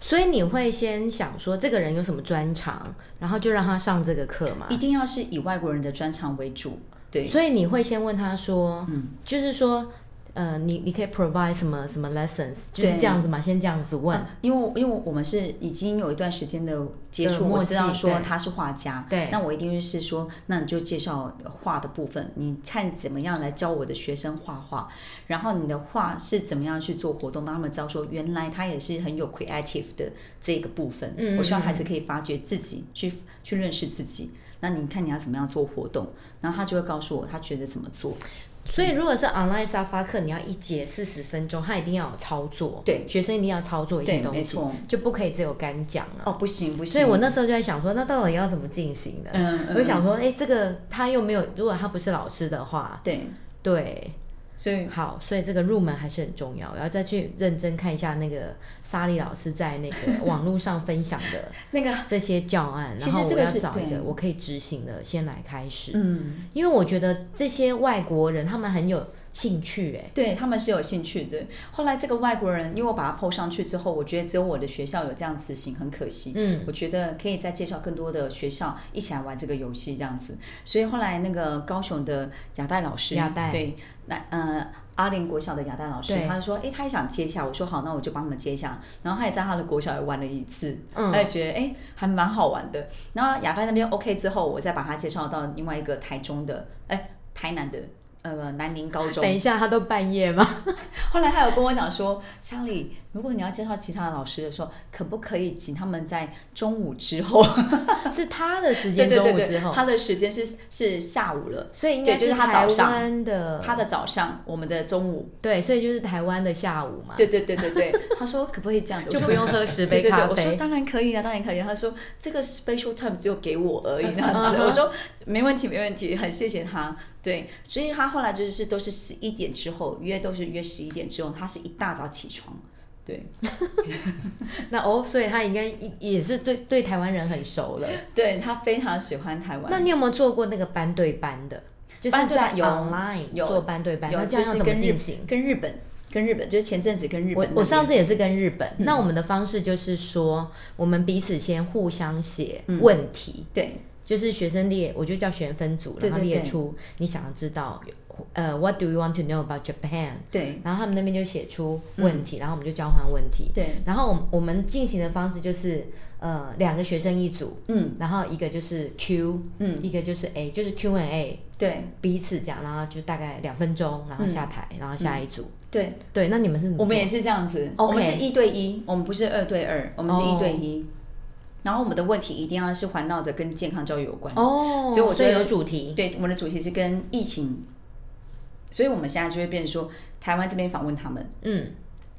B: 所以你会先想说这个人有什么专长，然后就让他上这个课嘛
C: 一。定要是以外国人的专长为主，对，
B: 所以你会先问他说，
C: 嗯
B: 就是说，呃，你你可以 provide 什么什么 lessons，就是
C: 对
B: 这样子嘛，先这样子问。
C: 啊因为我因为我们是已经有一段时间的接触，
B: 有默
C: 我
B: 契
C: 知道说
B: 对
C: 他是画家，
B: 对
C: 那我一定是说，那你就介绍画的部分，你看怎么样来教我的学生画画，然后你的画是怎么样去做活动，让他们知道说，原来他也是很有 creative 的这个部分。
B: 嗯
C: 我希望孩子可以发掘自己，去去认识自己。那你看你要怎么样做活动，然后他就会告诉我他觉得怎么做。
B: 所以如果是 online 沙发课，你要一节四十分钟，他一定要有操作，
C: 对
B: 学生一定要操作一些
C: 对
B: 东
C: 没
B: 西
C: 错，
B: 就不可以只有干讲啊。
C: 哦，不行不行，
B: 所以我那时候就在想说，那到底要怎么进行呢？
C: 嗯嗯
B: 我就想说，哎、这个他又没有，如果他不是老师的话，
C: 对，
B: 对，
C: 所以
B: 好，所以这个入门还是很重要，然后再去认真看一下那个莎莉老师在那个网络上分享的
C: 那个
B: 这些教案，
C: 其
B: 然
C: 实
B: 后
C: 这
B: 我
C: 个
B: 要
C: 是
B: 找一
C: 对
B: 个我可以执行的，先来开始。
C: 嗯。
B: 因为我觉得这些外国人他们很有兴趣、哎，
C: 对他们是有兴趣的。后来这个外国人，因为我把他 PO 上去之后，我觉得只有我的学校有这样子行，很可惜。
B: 嗯，
C: 我觉得可以再介绍更多的学校一起来玩这个游戏，这样子。所以后来那个高雄的亚代老师，
B: 亚代
C: 对，那呃。阿林国小的亚代老师
B: 对，
C: 他就说：“哎、他也想接一下。”我说：“好，那我就帮他们接一下。”然后他也在他的国小也玩了一次，
B: 嗯
C: 他也觉得哎、还蛮好玩的。然后亚代那边 OK 之后，我再把他介绍到另外一个台中的，哎、台南的呃南宁高中。
B: 等一下他都半夜吗？
C: 后来他有跟我讲说，莎莉，如果你要介绍其他的老师的时候，可不可以请他们在中午之后？
B: 是他的哦时
C: 对
B: 间
C: 对
B: 中
C: 对
B: 午之
C: 对
B: 后，，
C: 他的时间是是下午了，
B: 所以应该
C: 对就是他
B: 台
C: 早上
B: 湾的，
C: 他的早上，我们的中午。
B: 对，所以就是台湾的下午嘛，
C: 对对对对对，他说可不可以这样子？
B: 嗯就
C: 我说
B: 不用喝十杯
C: 对对对
B: 咖
C: 我说
B: 啡。
C: 当然可以啊，当然可以、啊。他说这个 special time 只有给我而已 那样子。我说没问题，没问题，很谢谢他。对，所以他后来就是都是十一点之后约，都是约十一点之后，他是一大早起床。对
B: 那哦，所以他应该也是对对台湾人很熟了。
C: 对，他非常喜欢台湾。
B: 那你有没有做过那个班对班的？就是
C: 班对
B: 在
C: 班有
B: online
C: 有
B: 做班对班，
C: 有
B: 那这
C: 就
B: 样要
C: 是
B: 怎么
C: 跟日
B: 进行？
C: 跟日本跟日本，就是前阵子跟日
B: 我
C: 本那边。嗯
B: 我上次也是跟日本，那我们的方式就是说，我们彼此先互相写
C: 嗯
B: 问题，
C: 对
B: 就是学生列，我就叫学生分组，
C: 对
B: 然后
C: 对
B: 列
C: 对
B: 出你想要知道，呃，What do you want to know about Japan？
C: 对
B: 然后他们那边就写出
C: 嗯
B: 问题，然后我们就交换问题。
C: 对，
B: 然后我们我们进行的方式就是，呃，两个学生一组，
C: 嗯
B: 然后一个就是 Q，
C: 嗯
B: 一个就是 A，就是 Q and A
C: 对
B: 彼此讲，然后就大概两分钟，然后下台，然后下一组。
C: 对，
B: 对，那你们是怎么做？
C: 嗯我们也是这样子
B: OK
C: 我们是一对一，我们不是二对二，我们是
B: 哦
C: 一对一。然后我们的问题一定要是环绕着跟健康教育有关。
B: 哦，
C: 所以我觉得
B: 有主题。
C: 对，我们的主题是跟疫情，所以我们现在就会变成说，台湾这边访问他们，
B: 嗯，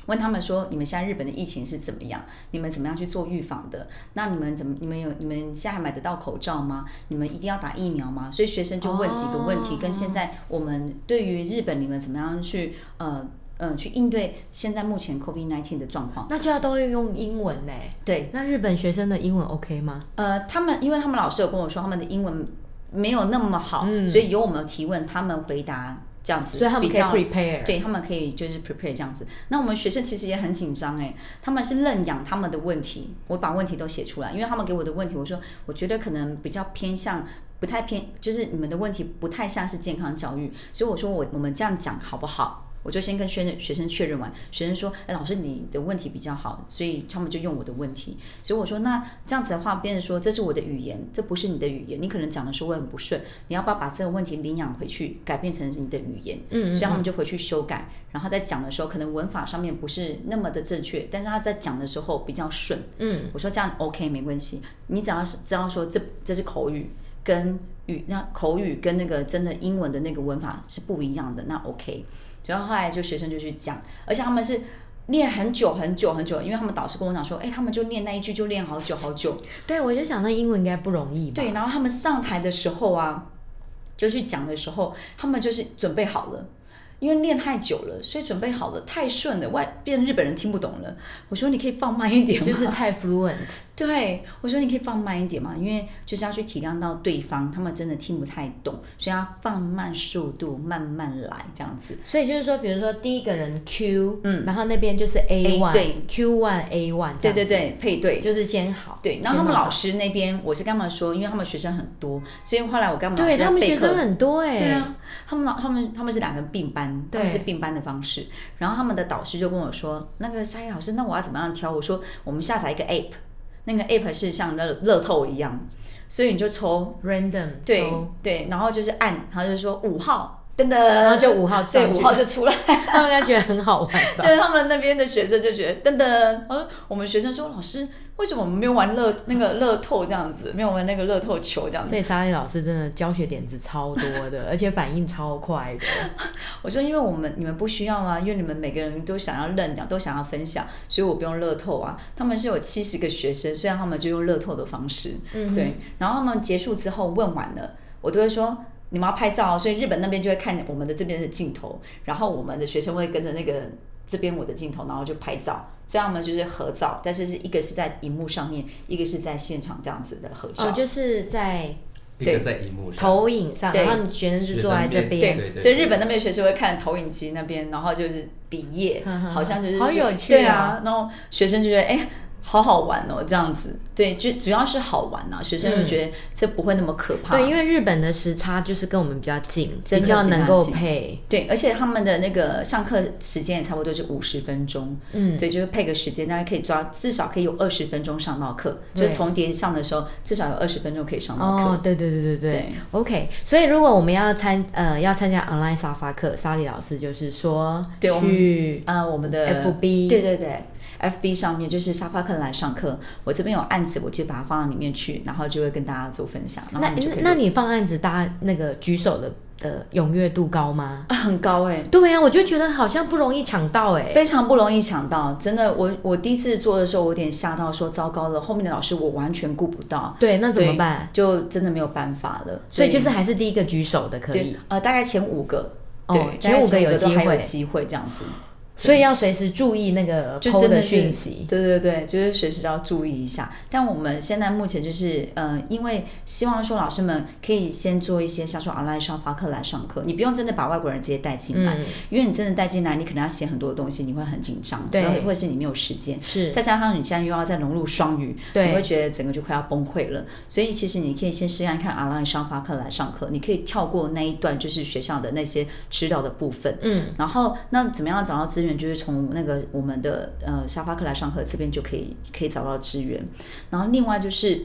C: 问他们说，你们现在日本的疫情是怎么样？你们怎么样去做预防的？那你们怎么？你们有你们现在还买得到口罩吗？你们一定要打疫苗吗？所以学生就问几个问题，
B: 哦
C: 跟现在我们对于日本你们怎么样去呃呃去应对现在目前 COVID 1 9的状况？
B: 那就要都要用英文呢。
C: 对，
B: 那日本学生的英文 OK 吗？
C: 呃，他们因为他们老师有跟我说，他们的英文没有那么好，
B: 嗯
C: 所以有我们提问，他们回答这样子，
B: 所以他们
C: 比
B: 可以
C: 较
B: prepare。
C: 对，他们可以就是 prepare 这样子。那我们学生其实也很紧张哎，他们是认养他们的问题，我把问题都写出来，因为他们给我的问题，我说我觉得可能比较偏向。不太偏，就是你们的问题不太像是健康教育，所以我说我我们这样讲好不好？我就先跟学生学生确认完，学生说：“哎，老师你的问题比较好，所以他们就用我的问题。”所以我说：“那这样子的话，变成说这是我的语言，这不是你的语言，你可能讲的时候会很不顺，你要不要把这个问题领养回去，改变成你的语言？”
B: 嗯，嗯
C: 所以他
B: 嗯。
C: 们就回去修改，然后在讲的时候，可能文法上面不是那么的正确，但是他在讲的时候比较顺。
B: 嗯，
C: 我说这样 OK 没关系，你只要是只要说这这是口语跟语那口语跟那个真的英文的那个文法是不一样的，那 OK。然后后来就学生就去讲，而且他们是。练很久很久很久，因为他们导师跟我讲说，哎、他们就练那一句就练好久好久，
B: 对，我就想那英文应该不容易吧？
C: 对，然后他们上台的时候啊，就去讲的时候，他们就是准备好了。因为练太久了，所以准备好了，太顺了，外变日本人听不懂了。我说你可以放慢一点吗，
B: 就是太 fluent。
C: 对我说你可以放慢一点嘛，因为就是要去体谅到对方，他们真的听不太懂，所以要放慢速度，慢慢来这样子。
B: 所以就是说，比如说第一个人 Q，
C: 嗯
B: 然后那边就是 A one，
C: 对
B: ，Q one A one，
C: 对对，对，配对。
B: 就是先好。
C: 对，
B: 先
C: 然后他们
B: 弄好
C: 老师那边，我是跟他们说，因为他们学生很多，所以后来我跟他们老
B: 对
C: 师在
B: 他们
C: 备
B: 学
C: 课
B: 生很多哎、
C: 对啊，他们老他们他们是两个并班，他
B: 对
C: 们是并班的方式。然后他们的导师就跟我说，那个沙溢老师，那我要怎么样挑？我说我们下载一个 app，那个 app 是像乐乐透一样，所以你就抽，
B: r a n d o m
C: 对对，然后就是按，然后就说五号，噔噔，
B: 然
C: 然
B: 后就五号
C: 对
B: 上去，
C: 五号就出来。
B: 他们应该觉得很好玩吧？
C: 对他们那边的学生就觉得噔噔，然后我们学生说老师，为什么我们没有玩乐那个乐透这样子，没有玩那个乐透球这样子
B: 所？以莎莉老师真的教学点子超多的，而且反应超快 的。
C: 我说，因为我们你们不需要啊，因为你们每个人都想要认养，都想要分享，所以我不用乐透啊。他们是有七十个学生，虽然他们就用乐透的方式，
B: 嗯
C: 对。然后他们结束之后问完了，我都会说你们要拍照哦，所以日本那边就会看我们的这边的镜头，然后我们的学生会跟着那个这边我的镜头，然后就拍照。所以他们就是合照，但是是一个是在荧幕上面，一个是在现场这样子的合照。
B: 哦，就是在
D: 一
C: 对
D: 个在荧幕上，
B: 投影上，
C: 对
B: 然后你学生就坐在这
D: 学生
B: 边。
D: 对
C: 所以日本那边的学生会看投影机那边，然后就是比耶
B: 嗯嗯，
C: 好像就是
B: 好
C: 说
B: 有趣啊
C: 对啊。然后学生就觉得哎、好好玩哦，这样子。对，就主要是好玩啊，学生就觉得这不会那么可怕。
B: 对，因为日本的时差就是跟我们比较近，
C: 真
B: 比
C: 的
B: 较能够
C: 比较近
B: 配。
C: 对，而且他们的那个上课时间也差不多是五十分钟，
B: 嗯，
C: 对，就是配个时间，大家可以抓至少可以有二十分钟上到课，就
B: 对
C: 是重叠上的时候至少有二十分钟可以上到课。
B: 哦，对对对对对
C: 对
B: o k 所以如果我们要参呃要参加 online 沙发课，莎莉老师就是说
C: 对我们
B: 去呃
C: 啊，我们的
B: FB
C: 对对对， FB 上面，就是沙发客来上课，我这边有案子，我就把它放到里面去，然后就会跟大家做分享。然后
B: 那
C: 你就可以
B: 那你放案子，大家那个举手的的踊跃度高吗？
C: 啊很高哎、
B: 对啊，我就觉得好像不容易抢到哎、
C: 非常不容易抢到，真的，我我第一次做的时候，我有点吓到说糟糕了，后面的老师我完全顾不到，
B: 对，那怎么办？
C: 就真的没有办法了。
B: 所以就是还是第一个举手的可以
C: 对，，呃，大概前五个，
B: 哦
C: 对，
B: 前五个
C: 大概
B: 有
C: 都
B: 机
C: 还有
B: 会
C: 机会这样子，
B: 所以要随时注意那个
C: 就
B: PO
C: 真的
B: 的
C: 是
B: 讯息。
C: 对对对，就是随时都要注意一下。但我们现在目前就是，呃，因为希望说老师们可以先做一些像说 online 上发课来上课，你不用真的把外国人直接带进来，
B: 嗯
C: 因为你真的带进来，你可能要写很多东西，你会很紧张，
B: 对
C: 然后或者是你没有时间。
B: 是
C: 再加上你现在又要再融入双语，
B: 对
C: 你会觉得整个就快要崩溃了。所以其实你可以先试看看 online 上发课来上课，你可以跳过那一段就是学校的那些指导的部分，
B: 嗯，
C: 然后那怎么样找到资源？就是从那个我们的呃沙发课来上课这边就可以可以找到资源。然后另外就是。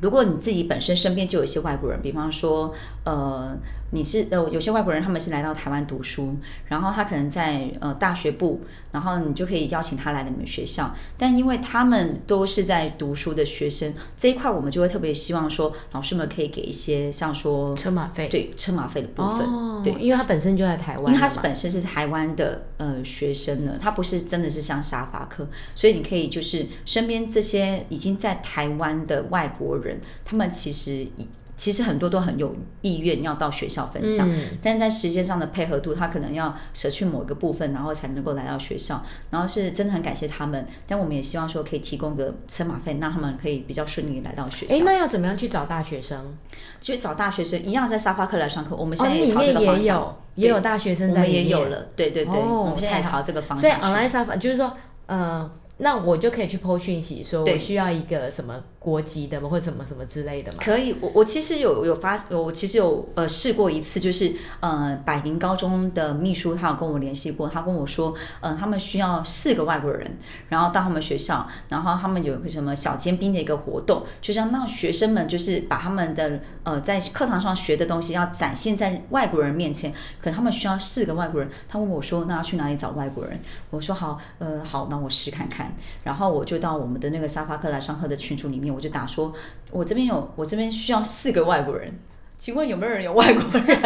C: 如果你自己本身身边就有一些外国人，比方说，呃，你是呃有些外国人他们是来到台湾读书，然后他可能在呃大学部，然后你就可以邀请他来你们学校。但因为他们都是在读书的学生这一块，我们就会特别希望说，老师们可以给一些像说
B: 车马费
C: 对车马费的部分，
B: 哦，
C: 对，
B: 因为他本身就在台湾了嘛，
C: 因为他是本身是台湾的呃学生呢，他不是真的是像沙发客，所以你可以就是身边这些已经在台湾的外国人，他们其实呃其实很多都很有意愿要到学校分享，
B: 嗯
C: 但是在时间上的配合度，他可能要舍去某一个部分，然后才能够来到学校。然后是真的很感谢他们，但我们也希望说可以提供个车马费，让他们可以比较顺利地来到学校
B: 哎，。那要怎么样去找大学生？
C: 去找大学生一样在沙发课来上课，我们现
B: 哦，
C: 在也
B: 里
C: 朝这
B: 面
C: 个方
B: 也
C: 向。
B: 有也有
C: 对
B: 大学生
C: 我
B: 在
C: 们
B: 里面，
C: 也有了，对对对，
B: 哦
C: 我们现在
B: 太好
C: 朝这个方
B: 所以
C: 向去。
B: online 沙发就是说，呃，那我就可以去 PO 讯息，说我
C: 对
B: 需要一个什么国籍的吗，或者什么什么之类的嘛。
C: 可以，我我其实有有发，有我其实有呃试过一次，就是呃百灵高中的秘书，他有跟我联系过，他跟我说，呃他们需要四个外国人，然后到他们学校，然后他们有一个什么小尖兵的一个活动，就是要让学生们就是把他们的呃在课堂上学的东西要展现在外国人面前，可他们需要四个外国人，他问我说，那要去哪里找外国人？我说好，呃好，那我试看看，然后我就到我们的那个沙发课来上课的群组里面，我就打说，我这边有，我这边需要四个外国人，请问有没有人有外国人？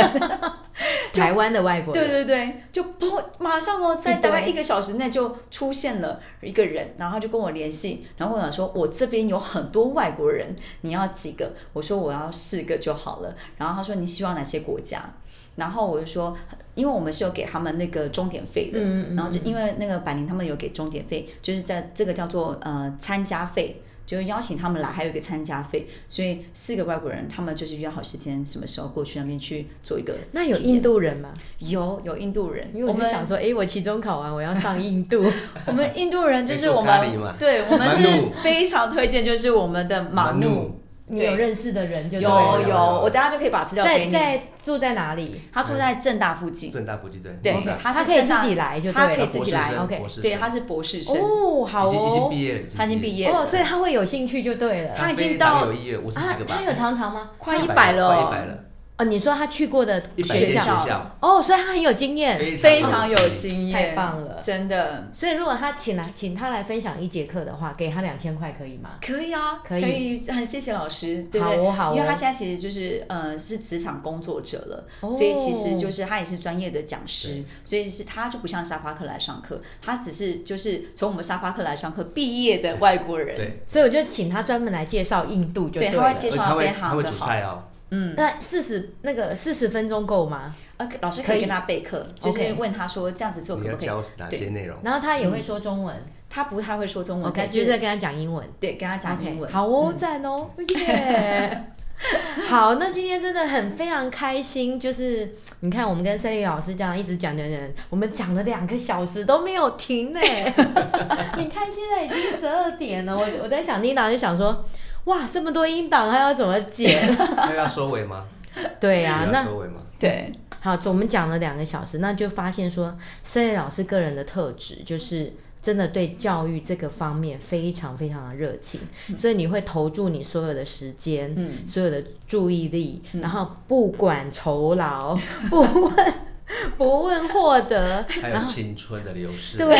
B: 台湾的外国人，
C: 对对对，就砰，马上哦，在大概一个小时内就出现了一个人，然后他就跟我联系，然后我想说，我这边有很多外国人，你要几个？我说我要四个就好了。然后他说你希望哪些国家？然后我就说，因为我们是有给他们那个钟点费的，
B: 嗯嗯嗯
C: 然后就因为那个百灵他们有给钟点费，就是在这个叫做呃参加费。就是邀请他们来，还有一个参加费，所以四个外国人，他们就是约好时间，什么时候过去那边去做一个体验。
B: 那有印度人吗？
C: 有有印度人，
B: 因为我
C: 们
B: 就想说，哎，我期中考完，我要上印 度，
C: 我们 印度人就是我
D: 可以做咖喱
C: 们
D: 嘛，
C: 对我们是
D: 马努
C: 非常推荐，就是我们的
D: 啊
C: 马努，
B: 你有认识的人就对
C: 有有
B: 了
D: 有有
C: 我等下就可以把资料给
B: 在
C: 你。
B: 在住在哪里？
C: 他住在正大附近，
D: 正大不计对，
C: 对
D: 正大，
C: 他是
B: 可以
C: 正大
B: 自己来就对
C: 他
B: 了，
C: 可以自己来
D: 博士生
B: ，OK，
D: 博士生
C: 对，他是博士生，
B: 哦，好
D: 已经已经
B: 哦，
D: 毕业了，
C: 他已经毕业
B: 哦，
C: 了，
B: 所以他会有兴趣就对了。
C: 他已经
D: 非常
C: 到
D: 有意义了，五十
B: 啊
D: 几个，吧
B: 他，有常常吗？
C: 快一
D: 百
C: 百了
D: 快
C: 哦，
D: 一百了，
B: 哦，你说他去过的
D: 一百
C: 学
D: 间
B: 学校
C: 校
D: 校，
B: 哦，所以他很有经验。
C: 非
D: 非
C: 常
D: 常
C: 有
D: 验。
C: 经验，
B: 太棒了
C: 真的
B: 所以如果他请来请他来分享一节课的话，给他两千块可以吗？
C: 可以啊，
B: 可以
C: 很谢谢老师，对不
B: 好
C: 对？
B: 哦好哦
C: 因为他现在其实就是呃是职场工作者了，
B: 哦
C: 所以其实就是他也是专业的讲师，所以是他就不像沙发课来上课，他只是就是从我们沙发课来上课毕业的外国人，
D: 对，
B: 所以我就请他专门来介绍印度就
C: 对
B: 了。
C: 他会介
D: 而且
C: 绍
D: 他
C: 得
D: 会
C: 非常
D: 他会
C: 的
D: 煮
C: 好
D: 菜哦，
B: 那四十那个四十分钟够吗？
C: 呃，可老师
B: 可
C: 可
B: 以
C: 以跟他备课，就
B: OK
C: 是问他说这样子做
D: 你
C: 可
D: 要
C: 不可以
D: 教？哪些
C: 对，
D: 内容？
B: 然后他也会说中文、
C: 他不太会说中
B: 嗯
C: 文
B: o，k
C: 但
B: 就是
C: 是
B: 在跟他讲英文，
C: 对跟他讲
B: OK，
C: 英文。
B: 好哦，赞、哦， 耶！好，那今天真的很非常开心，就是你看我们跟森林老师这样一直讲讲讲，我们讲了两个小时都没有停 呢。你看现在已经十二点了，我我在想妮娜就想说，哇，这么多音档还要怎么剪？
C: 啊
D: 那要收尾吗？
B: 对呀、
D: 有
B: 那
D: 要收尾吗？
C: 对，
B: 好，我们讲了两个小时，那就发现说，森林老师个人的特质就是真的对教育这个方面非常非常的热情，所以你会投注你所有的时间、
C: 嗯，
B: 所有的注意力，然后不管酬劳， 不问不问获得，
C: 啊
D: 还有青春的流逝，
B: 对，。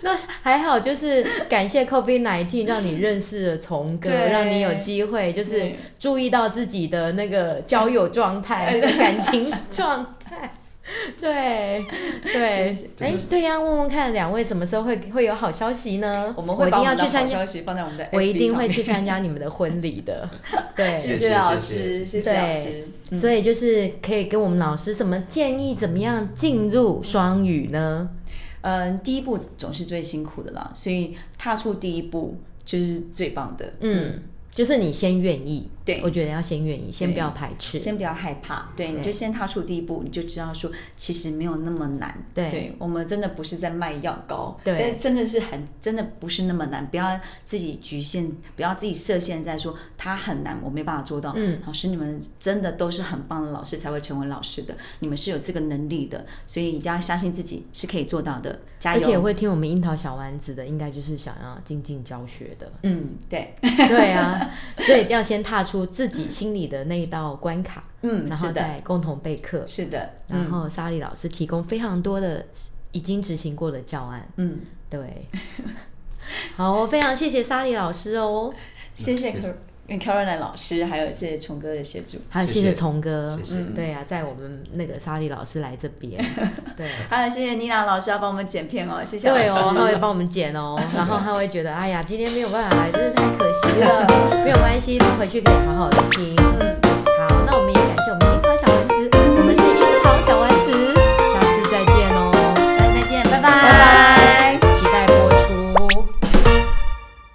B: 那还好，就是感谢 COVID nineteen 让你认识了虫哥，
C: 对
B: 让你有机会就是
C: 对哎
B: 注意到自己的那个交友状态、感情状 态。对对
C: 谢谢，
B: 哎，对呀、问问看两位什么时候会会有好消息呢？
C: 我们会
B: 一
C: 把
B: 定
C: 我
B: 要
C: 们的
B: 去
C: 好
B: 参加
C: 消，息放在我们的 FB
B: 我一定会
C: 上面
B: 去参加你们的婚礼 的。对，
C: 谢
D: 谢
C: 谢
D: 谢
C: 老
D: 谢
C: 师，谢
D: 谢
C: 谢老师嗯
B: 对。，所以就是可以给我们老师什么建议，怎么样进入双语呢？
C: 嗯，第一步总是最辛苦的啦，所以踏出第一步就是最棒的。
B: 嗯，就是你先愿意，
C: 对
B: 我觉得要先愿意，先不要排斥，
C: 先不要害怕，对，你
B: 对
C: 就先踏出第一步，你就知道说其实没有那么难。
B: 对
C: 我们真的不是在卖药膏，
B: 对
C: 但真的是很，真的不是那么难。不要自己局限，不要自己设限在说它很难，我没办法做到。
B: 嗯，
C: 老师你们真的都是很棒的老师才会成为老师的，你们是有这个能力的，所以一定要相信自己是可以做到的，加
B: 而
C: 油！
B: 且会听我们樱桃小丸子的，应该就是想要精进教学 的。
C: 嗯， 对，
B: 对啊，所以要先踏出自己心里的那一道关卡，
C: 嗯，
B: 然
C: 是
B: 后
C: 的，嗯
B: 再嗯共同备课。
C: 是的，
B: 然后莎莉老师提供非常多的已经执行过的教案。
C: 嗯，
B: 对，好哦，非常谢谢莎莉老师哦，
C: 谢谢
D: 谢谢
C: Car- 嗯 Caroline 老师，还有谢谢虫哥的协助。
B: 还有谢
D: 谢谢
B: 谢虫哥，
D: 谢
C: 嗯
D: 谢
B: 对啊，在我们那个莎莉老师来这边，对。
C: 还有谢谢妮娜老师要帮我们剪片哦，谢谢老师。
B: 对哦，他会帮我们剪哦，然后他会觉得，哎呀，今天没有办法来，真是太可惜了。没有关系，他回去可以好好的听。
C: 嗯，
B: 好，那我们也感谢我们樱桃小丸子，我们是樱桃小丸子，下次再见哦，
C: 下次再见，拜拜
B: 拜拜。